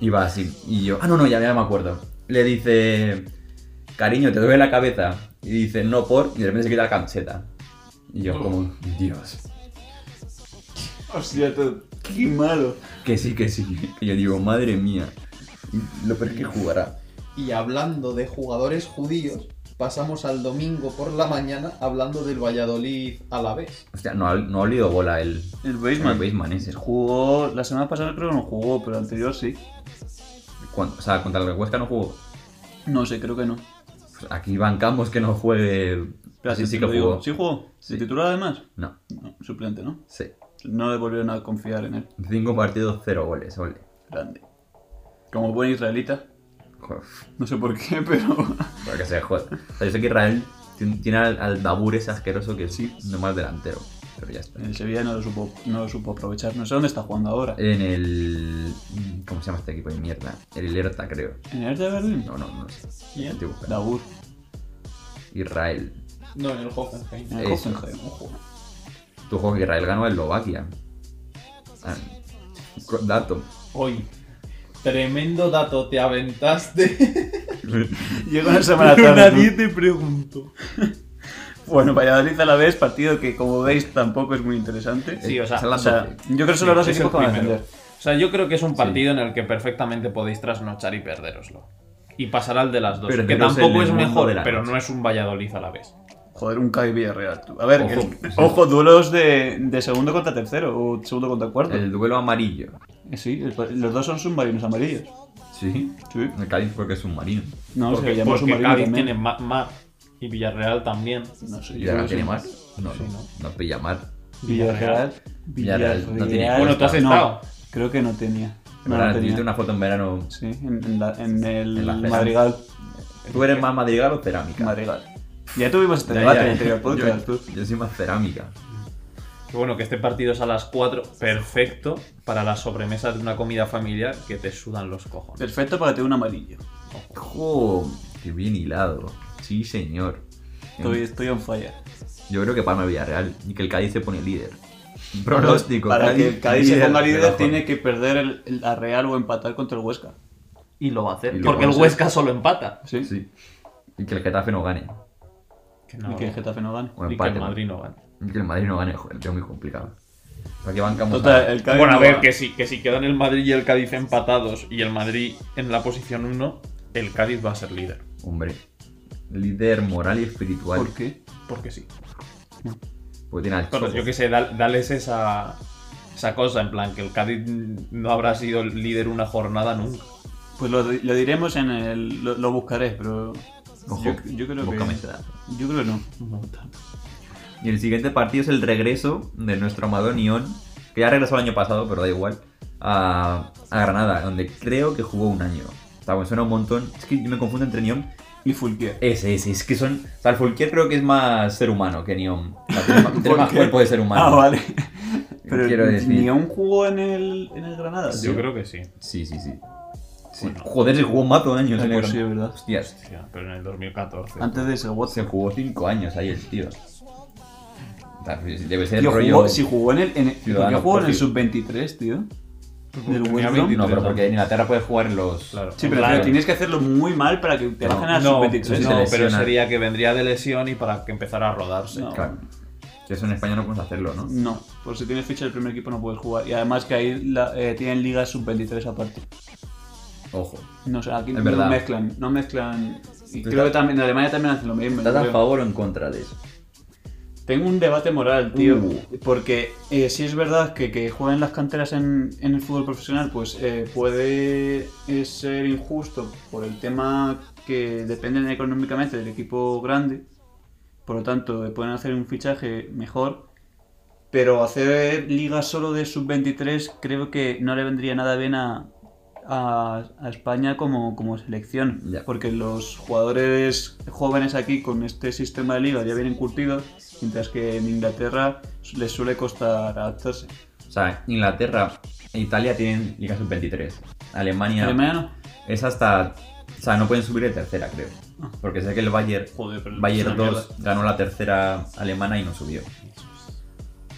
Iba así. Y yo. Ah, no, no, ya, ya me acuerdo. Le dice. Cariño, te duele la cabeza. Y dice, no por. Y de repente se quita la camiseta. Y yo, como. Dios. Hostia, tú, qué malo. Que sí, que sí. Y yo digo, madre mía. Y Lo peor es que jugará. Y hablando de jugadores judíos, pasamos al domingo por la mañana hablando del Valladolid a la vez. Hostia, no ha, no ha olido bola el, El el Baseman. Baseman ese. Jugó, la semana pasada creo que no jugó, pero la anterior sí. Cuando- o sea, contra el Huesca no jugó. No sé, creo que no. Pues aquí bancamos que no juegue. Pero Así así sí te que lo digo. jugó. ¿Sí jugó? Sí. ¿De titular además? No, No, suplente, ¿no? sí. No le volvieron a confiar en él. Cinco partidos, cero goles, ole. Grande. Como buen israelita. Joder, No sé por qué, <laughs> pero... Para que se joder. O sea, yo sé que Israel tien- tiene al, al Dabur ese asqueroso que es Sí. nomás delantero. Pero ya está. El Sevilla no lo supo, no lo supo aprovechar. No sé dónde está jugando ahora. En el. ¿Cómo se llama este equipo de mierda? El Lerta, creo. ¿En el de Berlín? No, no, no sé. ¿Quién? Estoy buscando. Dabur. Israel. No, en el Hoffenheim. En el Eso. Hoffenheim, ojo. Tu juego que Israel ganó a Eslovaquia. Ah, co- Dato. Hoy. Tremendo dato, te aventaste. Llega una <laughs> semana tarde. <laughs> Nadie te preguntó. Bueno, Valladolid a la vez, partido que como veis tampoco es muy interesante. Sí, o sea, Esa es la O sea, doce. yo creo que son los dos es el equipos que van a primero. defender. O sea, yo creo que es un partido en el que perfectamente podéis trasnochar y perderoslo. Y pasar al de las dos. que Perderos el tampoco es mundo mejor, de la pero noche. no es un Valladolid a la vez. Joder, un Cádiz Villarreal. tú. A ver, Ojo. ojo, ojo duelos de, de segundo contra tercero o segundo contra cuarto. El duelo amarillo. Eh, Sí, el- los dos son submarinos amarillos. Sí. Sí. El Cádiz porque es submarino. No, se porque llama porque submarino Cádiz también. tiene ma- mar y Villarreal también. No sé, ¿Y yo creo ahora que tiene sí. mar? No, Sí, no. No pilla mar. Villarreal. Villarreal no tiene Bueno, tú has estado. creo que no tenía. En No, verdad, no tenía. tuviste una foto en verano. Sí, en, en la- en el En la cena. Madrigal. ¿Tú eres más madrigal o cerámica? Madrigal. Ya tuvimos este Ya, debate ya, en el ya. <laughs> anterior podcast. yo, tú. yo soy más cerámica. Que bueno, que este partido es a las 4, perfecto para las sobremesas de una comida familiar que te sudan los cojones. Perfecto para tener un amarillo. ¡Jo! ¡Qué bien hilado! Sí, señor. Estoy, estoy on fire. Yo creo que Palma Villarreal y que el Cádiz se pone líder. Pronóstico. Para que el Cádiz se ponga líder, relajón. tiene que perder el, el- la Real o empatar contra el Huesca. Y lo va a hacer, Y lo porque va a el hacer. Huesca solo empata. Sí. Sí. Y que el Getafe no gane. Que Y que el Getafe no gane. O y que empate. el Madrid no gane. Y que el Madrid no gane. Joder, tengo muy complicado. Para que bancamos. Total, a- el Cádiz bueno, a no ver, va. que si, que si quedan el Madrid y el Cádiz empatados y el Madrid en la posición 1, el Cádiz va a ser líder. Hombre. Líder moral y espiritual. ¿Por qué? Porque sí. Porque tiene al Pero Choco. yo qué sé, dal- dales esa, esa cosa, en plan, que el Cádiz no habrá sido líder una jornada nunca. Pues lo, lo diremos en el. Lo, lo buscaré, pero. Ojo, yo, yo creo que. búscame ese dato. Yo creo que no. Y el siguiente partido es el regreso de nuestro amado Nión, que ya regresó el año pasado, pero da igual, a, a Granada, donde creo que jugó un año. O sea, me suena un montón. Es que yo me confundo entre Nión. Y Fulquier. Ese, ese, es que son. O sea, el Fulquier creo que es más ser humano que Nión. O sea, tiene, ma- <laughs> tiene más qué? cuerpo de ser humano. <laughs> Ah, vale. Pero Quiero decir- ni aún jugó en el, en el Granada. Yo creo que sí. Sí, sí, sí. Sí. Joder, se jugó un mato de años en el Pues sí, Granada. ¿verdad? Hostias, Hostia, pero en el 2014. Antes de ese se Watson. jugó 5 años ahí el tío. O sea, pues, Debe ser Tío, rollo. jugó- si jugó en el. En el ¿por Ciudadano qué jugó en el Porfi. sub-23, tío? Del tenía West Brom. no, 23 pero porque en Inglaterra puedes jugar en los. Claro. Sí, pero Claro. tío, tienes que hacerlo muy mal para que te No, bajen al No, sub-23. se no, pero lesiona. sería que vendría de lesión y para que empezara a rodarse. No. Claro. Que eso en España no puedes hacerlo, ¿no? No, por si tienes ficha del primer equipo no puedes jugar. Y además que ahí la- eh, tienen ligas sub-23 aparte. Ojo. No sé, aquí Es no verdad. mezclan. No mezclan. Y Tú creo que estás- también en Alemania también hacen lo mismo. ¿Estás yo a creo. favor o en contra de eso? Tengo un debate moral, tío. Uh. Porque eh, si es verdad que que jueguen las canteras en, en el fútbol profesional, pues eh, puede eh, ser injusto por el tema que dependen económicamente del equipo grande. Por lo tanto, eh, pueden hacer un fichaje mejor. Pero hacer ligas solo de sub-23 creo que no le vendría nada bien a, a- a España como, como selección. Ya. Porque los jugadores jóvenes aquí con este sistema de liga ya vienen curtidos, mientras que en Inglaterra les suele costar adaptarse. O sea, Inglaterra e Italia tienen Liga Sub-23. Alemania Alemania no. es hasta... O sea, no pueden subir de tercera, creo. Porque sé que el Bayern, Joder, pero Bayern es una 2 ganó la tercera alemana y no subió.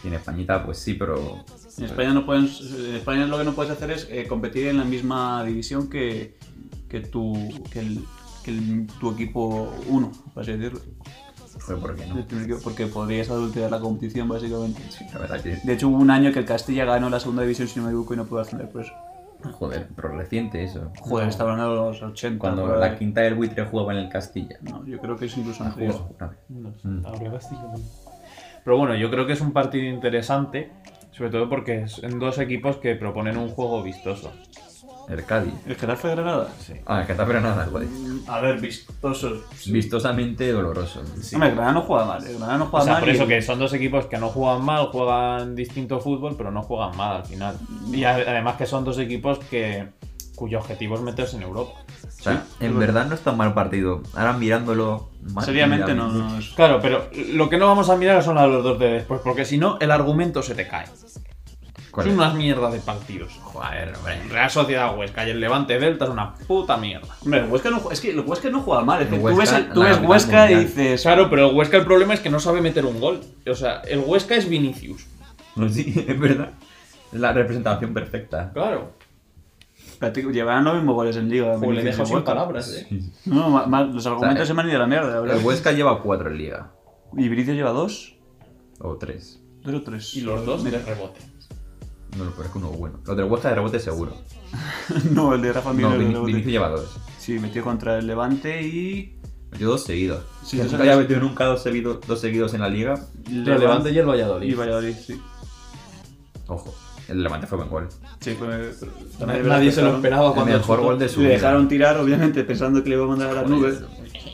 Y en Españita, pues sí, pero... En España, no pueden, en España lo que no puedes hacer es eh, competir en la misma división que, que, tu, que, el, que el- tu equipo 1, por así decirlo. Fue porque El no. primer equipo, Porque podrías adulterar la competición, básicamente. Sí, la verdad que... De hecho, hubo un año que el Castilla ganó la segunda división, si no me equivoco, y no pudo ascender por eso. Joder, pero reciente eso. Joder, está hablando de los 80. Cuando por la ahí. quinta del buitre jugaba en el Castilla. No, yo creo que es incluso Ha anterior. jugado una vez. No sé, Mm. habría Castilla, ¿no? Pero bueno, yo creo que es un partido interesante, sobre todo porque son dos equipos que proponen un juego vistoso. El Cádiz. ¿El Getafe de Granada? Ah, el Getafe era nada, joder. A ver, vistoso. Vistosamente doloroso. Hombre, el Granada no juega mal. El Granada no O juega sea, mal. por y eso el- que son dos equipos que no juegan mal, juegan distinto fútbol, pero no juegan mal al final. Y a- además que son dos equipos que cuyo objetivo es meterse en Europa. O sea, Sí, en es verdad no es tan mal partido. Ahora mirándolo más Seriamente no, detenidamente. no es- Claro, pero lo que no vamos a mirar son a los dos de después, porque si no, el argumento se te cae. ¿Cuál es es? una mierda de partidos. Joder, hombre. Real Sociedad Huesca y el Levante Delta es una puta mierda. Hombre, el Huesca no, ju- es que el Huesca no juega mal. Es El que tú Huesca, ves, el- tú la ves capital Huesca y mundial. dices. Claro, pero el Huesca el problema es que no sabe meter un gol. O sea, el Huesca es Vinicius. No, <laughs> sí, es verdad. Es la representación perfecta. Claro. Prácticamente Llevarán los mismos goles en Liga. O le Vinicius dejo y sin Huesca. palabras, eh. No, ma- ma- los argumentos eh, se me han ido a la mierda, la verdad. El Huesca lleva cuatro en liga. Y Bricio lleva dos. O tres. Dos o tres. Y los dos de Mira. rebote. No, pero es que uno es bueno. Los del Huesca de rebote seguro. <laughs> no, el de Rafa No, Miller. el Vin- de Vinicius lleva dos. Sí, metió contra el Levante y. Metió dos seguidos. Sí, que dos nunca había seguidos. metido nunca dos, seguido- dos seguidos en la liga. Le- El Levante y el Valladolid. y Valladolid, sí. Ojo, el Levante fue buen gol. Sí, fue- Nadie, también se lo dejaron- esperaba El cuando mejor chutó. gol de su Le vida. dejaron tirar, obviamente, pensando que le iba a mandar a la nube.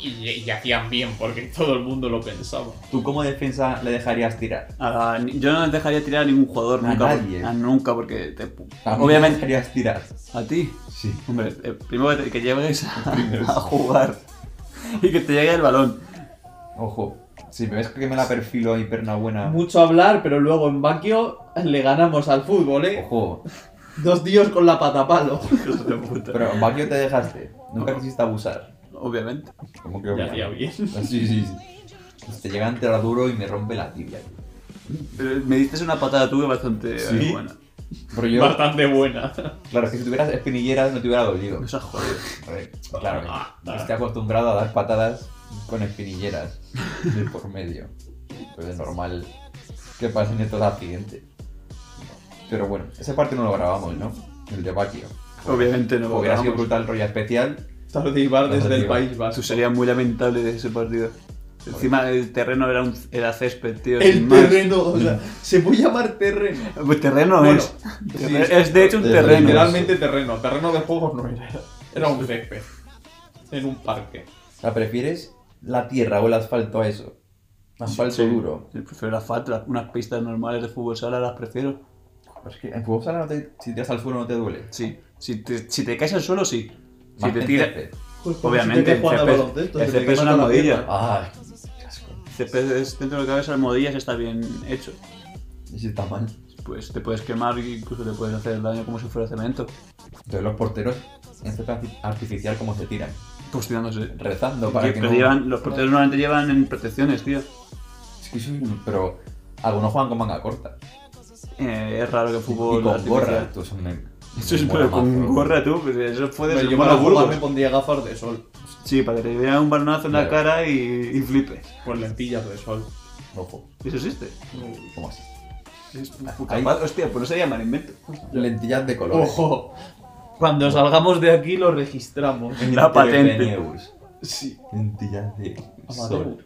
Y, y hacían bien, porque todo el mundo lo pensaba. ¿Tú como defensa le dejarías tirar? A- yo no les dejaría tirar a ningún jugador A nunca. por- nadie. a nunca, porque te- A mí obviamente. me dejarías tirar. ¿A ti? Sí. Hombre, eh, primero que, que llegues a, <laughs> a jugar y que te llegue el balón. Ojo, si ves que me la perfilo y perna buena. Mucho hablar, pero luego en Baquio le ganamos al fútbol, ¿eh? Ojo, Dos tíos con la pata palo. <laughs> Hijos de puta. pero en Baquio te dejaste. Nunca quisiste abusar. Obviamente. Como que Ya hacía bien. Sí, sí, sí. Te llega a entrar duro y me rompe la tibia. tío. Pero me diste una patada tuya bastante eh, Sí. buena. Pero yo, Bastante buena. claro, que si tuvieras espinilleras no te hubiera dolido. Nos has jodido. A ver, claro, estoy acostumbrado a dar patadas con espinilleras de por medio. Pues es normal que pasen estos accidentes. Pero bueno, ese parte no lo grabamos, ¿no? El de Baquio. Obviamente no. Hubiera sido vamos. brutal, rolla especial. Tardivar Los desde el tíos. País Vasco. Eso sería muy lamentable de ese partido. Encima el terreno era, un, era césped, tío. El sin más. terreno, o sea, se puede llamar terreno. Pues terreno Bueno, es. sí, Terreno- es de hecho un terreno. Literalmente terreno. Terreno de juegos no era. Era un césped. En un parque. O sea, ¿prefieres la tierra o el asfalto a eso? Asfalto Sí. pues, duro. Yo prefiero las faltas, unas pistas normales de fútbol sala las prefiero. Pero es que en fútbol sala no te, si tiras al suelo no te duele. Sí. Si te, si te caes al suelo, sí. Si Más te que tira. césped. Pues como si Obviamente, te el jugando al césped, baloncesto, el se te césped es quema una toda la modilla. pierna. Ay, qué asco. El césped es dentro de la cabeza, almohadillas está bien hecho. Ese está mal. Pues te puedes quemar e incluso te puedes hacer daño como si fuera cemento. Entonces los porteros en césped arti- artificial como se tiran. Pues tirándose. Rezando para Tío, que pero no... pues llevan- los porteros normalmente llevan en protecciones, tío. Es que soy un- Pero algunos juegan con manga corta. Eh, es raro que el fútbol. y con artificial- gorra. Tú son un- Eso es un pero con mazo. gorra, tú. Pues eso puede Pero ser yo como para los jugar Burgos. me pondría gafas de sol. Sí, para que te vea un balonazo en la Claro. cara y, y flipes. Con lentillas de sol. Ojo, Eso existe. ¿cómo así? Es Ahí. capaz- Hostia, pues no se llama invento. Lentillas de colores. Ojo. Cuando salgamos de aquí lo registramos. La patente. Peneus. Sí. Lentillas de sol.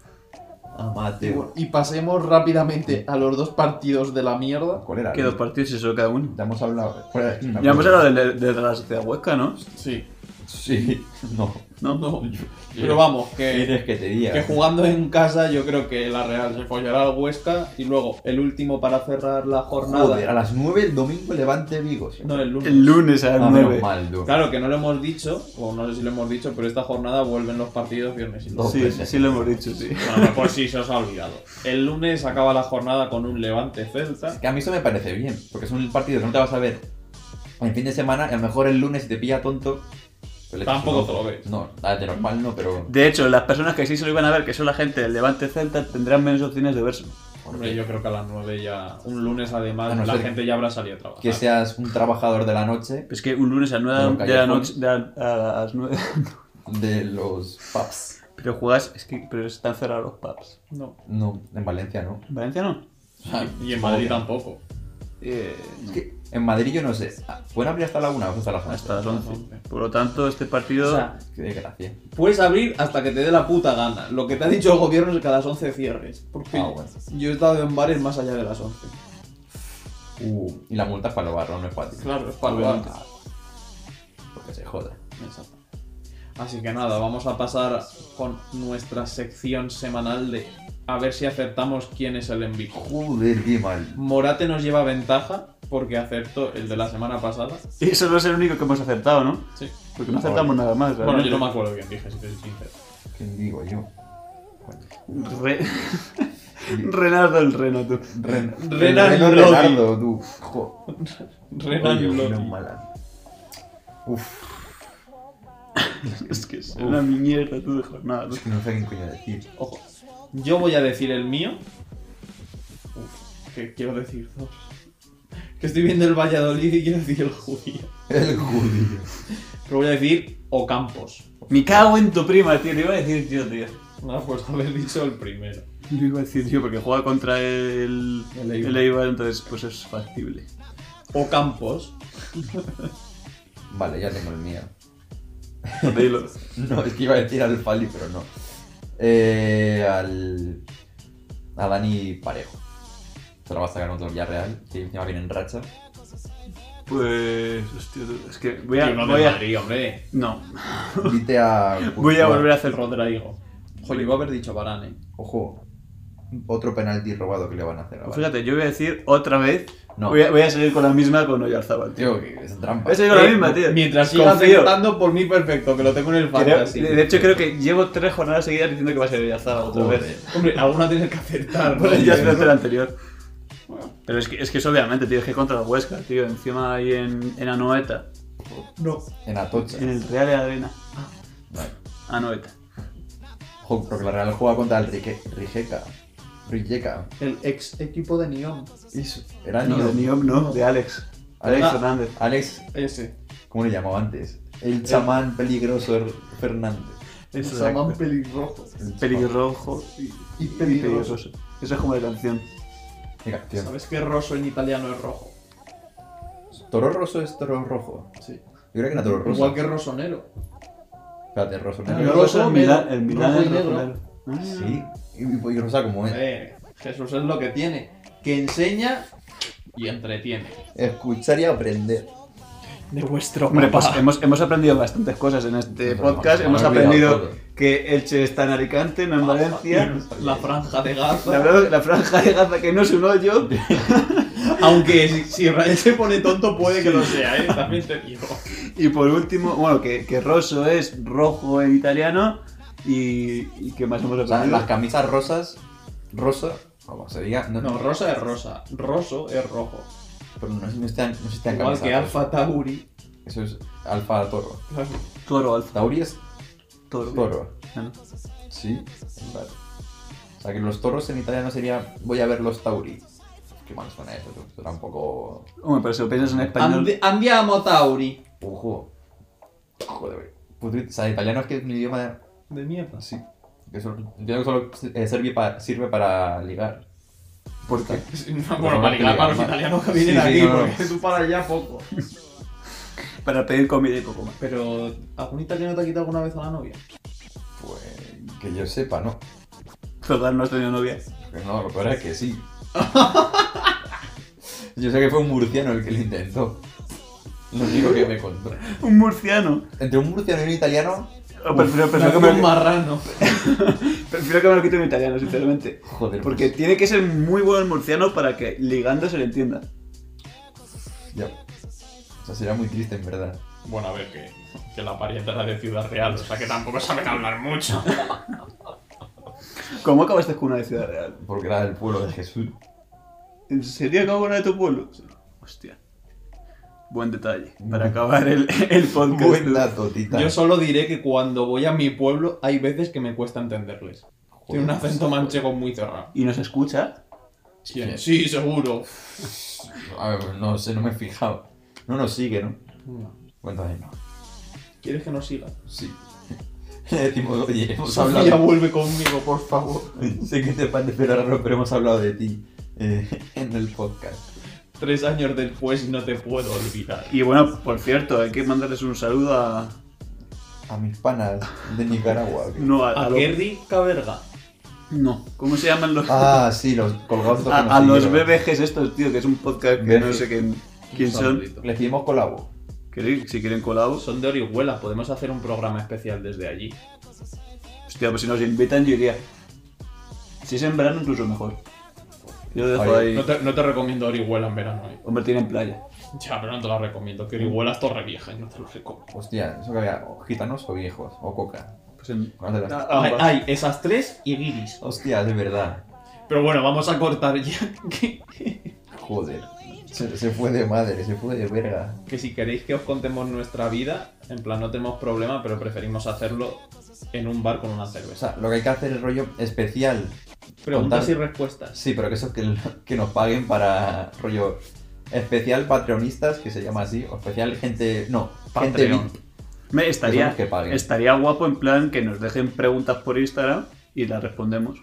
Amateur. Y pasemos rápidamente a los dos partidos de la mierda. ¿Cuál era? Que dos partidos y solo cada uno. Ya hemos hablado. Ya hemos hablado de, de la sociedad huesca, ¿no? Sí. Sí, no. No, no. Pero vamos, que, ¿Quieres que te diga? que jugando en casa yo creo que la Real se follará al Huesca. Y luego el último para cerrar la jornada. Joder, a las 9 el domingo levante Vigo. sí. No, el lunes. El lunes a Ah, las menos 9. mal, tú. Claro que no lo hemos dicho, o no sé si lo hemos dicho, pero esta jornada vuelven los partidos viernes y lunes. Dos Sí, sí, veces. sí, lo hemos dicho, sí. A lo mejor sí se os ha olvidado. El lunes acaba la jornada con un Levante Celta. Que a mí eso me parece bien, porque es un partido que no te vas a ver en fin de semana, y a lo mejor el lunes si te pilla tonto. pues le echas Tampoco un ojo. te lo ves. No, nada, de normal no, pero. De hecho, las personas que sí se lo iban a ver, que son la gente del Levante Celta, tendrán menos opciones de verse. Hombre, yo creo que a las 9 ya. Un lunes A además no la ser gente ya habrá salido a trabajar. Que seas un trabajador de la noche, Es que un lunes a las 9 Pero de la callejón. noche, de la- a las 9. de los pubs. <laughs> Pero juegas, es que pero están cerrados los pubs. No. No, en Valencia no. ¿En Valencia no? Y en Madrid tampoco. Eh, Es que en Madrid yo no sé. Ah, ¿Pueden abrir hasta la 1 o hasta las 11? hasta las 11. Por lo tanto, este partido. O sea, Qué desgracia. puedes abrir hasta que te dé la puta gana. Lo que te ha dicho el gobierno es que a las 11 cierres. Porque Ah, bueno. yo he estado en bares más allá de las 11. Uh, y la multa es para los barros, no es para ti. Claro, es Obviamente. para Porque se joda. Exacto. Así que nada, vamos a pasar con nuestra sección semanal de a ver si acertamos quién es el MVP. Joder, qué mal. Morate nos lleva ventaja porque acertó el de la semana pasada. Y eso no es el único que hemos acertado, ¿no? Sí. Porque no acertamos nada más. Bueno, realmente. yo no me acuerdo bien, dije, si te soy sincero. ¿Quién digo yo? Bueno. Re- <laughs> Renardo el Reno, <laughs> tú. Ren- Renan Reno Lodi. Renardo, tú. Jo. Renan Oye, Lodi. una mala. Uf, Es que es una mierda tú de jornada. tú. es que no sé qué coño decir. Ojo. Yo voy a decir el mío. Uf, que quiero decir dos. Que estoy viendo el Valladolid y quiero decir el judío. El judío. Pero voy a decir Ocampos. Me cago en tu prima, tío. Lo iba a decir yo, tío. No, pues haber dicho el primero. Lo iba a decir yo porque juega contra el, El el, Eibar. Eibar. entonces pues es factible. Ocampos. Vale, ya tengo el mío. Dilo. No, es que iba a decir al Fali, pero no. eh, al, a Dani Parejo. Se la va a sacar contra el Villarreal, que encima viene en racha. Pues. Hostia, es que voy a. Yo no voy de a- Madrid, hombre. no. Vite a. <laughs> Voy a Courtois. volver a hacer. Rodrigo. Jo, yo iba a haber dicho Varane. ¿eh? Ojo, otro penalti robado que le van a hacer a Varane. Fíjate, yo voy a decir otra vez. No, Voy, a, voy a seguir con la misma con Oyarzabal, tío. tío, que es trampa. Voy a seguir con la Eh, misma, tío. Mientras siga confío. acertando por mí, perfecto, que lo tengo en el Creo- fantasy. de hecho, creo que llevo tres jornadas seguidas diciendo que va a ser Oyarzabal otra Joder. <laughs> vez. Hombre, alguna tiene que <laughs> acertar. ¿no? Bueno, Pues ya se hace el anterior. Pero es que, es que es obviamente, tío, es que contra el Huesca, tío, encima ahí en, en Anoeta, No. En Atocha. en el Real de Arena. Vale. Anoeta. Ojo, porque la Real juega contra el Rige- Rijeka. Rijeka. El ex equipo de Neon. Eso. Era Ah, No, Ah. de Nio. Niom, no, de Alex. Alex Alex, Fernández. Ah. Alex, Ese. ¿cómo le llamaba antes? El chamán peligroso Er- Fernández. Se llaman pelirrojo. El Pelirrojo y, Y y peligroso. peligroso. Esa es como la canción. chamán. Venga, tío. ¿Sabes que roso en italiano es rojo? Toro roso es toro rojo. Sí. Yo creo que era toro roso. Igual que rosonero. Espérate, roso. Ah, negro. no. rojo, el Milán, negro, el Milán rojo y es rojo, negro. negro. Ah. Sí. Y, y- y rosa como es. Eh, Jesús es lo que tiene. Que enseña y entretiene. Escuchar y aprender. De vuestro Hombre, pues hemos, hemos aprendido bastantes cosas en este Pero podcast. no, Hemos no, Ah, no, aprendido cuidado, todo. que Elche está en Alicante, no en Valencia. <laughs> La franja de La, Gaza. verdad, la franja de Gaza que no es un hoyo. Aunque si, si Israel se pone tonto, puede que lo sea, ¿eh? También te digo. Y por último, bueno, que, que rosso es rojo en italiano. Y, y que más hemos O sea, las aprendido. camisas rosas. Rosa. Como se diga. No, No, rosa es rosa. Roso es rojo. Pero no, no están, no están Igual camisas que rosas. Alfa Tauri. Eso es alfa toro. Toro, alfa, Tauri es toro. toro. Ah, ¿no? Sí. Vale. O sea que los toros en italiano sería voy a ver los tauri. Qué mal suena eso, tú. Suena un poco. Hombre, pero si lo piensas en español. Andi- andiamo Tauri. Ojo. Joder, güey. Putrid- O sea, italiano es que es un idioma. De mierda. Sí. Que solo, entiendo que solo eh, sirve, para, sirve para ligar. ¿Por qué? Bueno, para ligar para los italianos que vienen Sí, sí, aquí, no, no. porque tú para allá poco. Para pedir comida y poco más. Pero, ¿algún italiano te ha quitado alguna vez a la novia? Pues. Que yo sepa, ¿no? Total, no has tenido novia. Porque no, lo peor es que sí. <laughs> yo sé que fue un murciano el que lo intentó. Lo único que me contó. Un murciano. Entre un murciano y un italiano. Oh, prefiero, Pero prefiero, que un me, marrano. prefiero que me lo quite un italiano, sinceramente. Joder. Porque pues, tiene que ser muy bueno el murciano para que ligando se le entienda. Ya. O sea, sería muy triste en verdad. <laughs> Bueno, a ver, que, que la parienta era de Ciudad Real, o sea que tampoco saben hablar mucho. ¿Cómo acabaste con una de Ciudad Real? Porque era el pueblo de <laughs> Jesús. ¿En serio acabó una de tu pueblo? Hostia. Buen detalle. Para acabar el, <laughs> el podcast. Buen dato, Tita. <laughs> Yo solo diré que cuando voy a mi pueblo hay veces que me cuesta entenderles. Tiene un acento manchego muy cerrado. ¿Y nos escucha? Sí, sí, seguro. A ver, no sé, no me he fijado. No nos sigue, ¿no? Bueno, también no. ¿Quieres que nos siga? Sí. <laughs> Le decimos, oye, hemos Sofía hablado. vuelve conmigo, por favor. <laughs> sé que te parece raro, pero hemos hablado de ti eh, <laughs> en el podcast. Tres años después no te puedo olvidar. Y bueno, por cierto, hay que mandarles un saludo a. A mis panas de Nicaragua. que- No, a, ¿A a los- qué rica verga? No. ¿Cómo se llaman los.? Ah, sí, los colgados. a, a los BBGs estos, tío, que es un podcast que no BBGs. sé quién, quién son. Les pedimos colabo. ¿Queréis- Si quieren colabos. Son de Orihuela, podemos hacer un programa especial desde allí. Hostia, pues si nos invitan yo iría. Si es en verano incluso mejor. Yo lo dejo Oye, ahí. No te, no te recomiendo Orihuela en verano, eh. Hombre, tienen playa. <laughs> Ya, pero no te la recomiendo, que Orihuela es torre vieja y no te lo recomiendo. Hostia, eso que había, o gitanos o viejos, o coca. Pues en... ¿Cuál de las- Ah, Hay, ambas. hay esas tres y guiris. Hostia, de verdad. Pero bueno, vamos a cortar ya. <laughs> Que, Joder. Se, se fue de madre, se fue de verga. que si queréis que os contemos nuestra vida, en plan no tenemos problema, pero preferimos hacerlo en un bar con una O cerveza. sea, lo que hay que hacer es rollo especial. Preguntas contar- y respuestas. Sí, pero que eso que, que nos paguen para rollo especial patreonistas, que se llama así, o especial gente. No, gente Patreon. VIP. Me estaría, Eso que paguen. estaría guapo en plan que nos dejen preguntas por Instagram y las respondemos.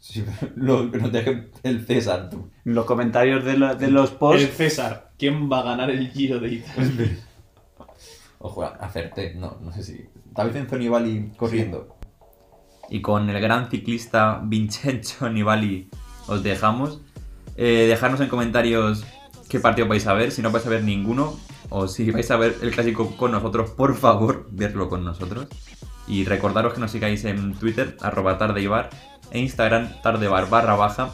Sí, <laughs> lo que nos deje el César, tú. En los comentarios de, la- de los El posts. César, ¿quién va a ganar el Giro de Italia? Ojo, acerté. No, no sé si. Tal vez en Zonibali corriendo. Y con el gran ciclista Vincenzo <laughs> Nibali os dejamos. Eh, dejarnos en comentarios qué partido vais a ver, si no vais a ver ninguno, o si vais a ver el clásico con nosotros, por favor, verlo con nosotros. Y recordaros que nos sigáis en Twitter, arroba tardeibar, e Instagram, tardebar barra baja,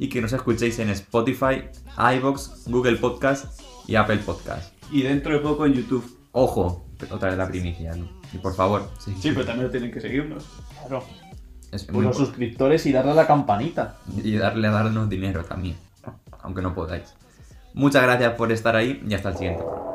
y que nos escuchéis en Spotify, iVoox, Google Podcast y Apple Podcast. Y dentro de poco en YouTube. Ojo, otra vez la primicia, ¿no? Y por favor, sí, Sí, pero también tienen que seguirnos. Claro. es Pues muy los suscriptores y darle a la campanita. Y darle a darnos dinero también, aunque no podáis. Muchas gracias por estar ahí y hasta el siguiente programa.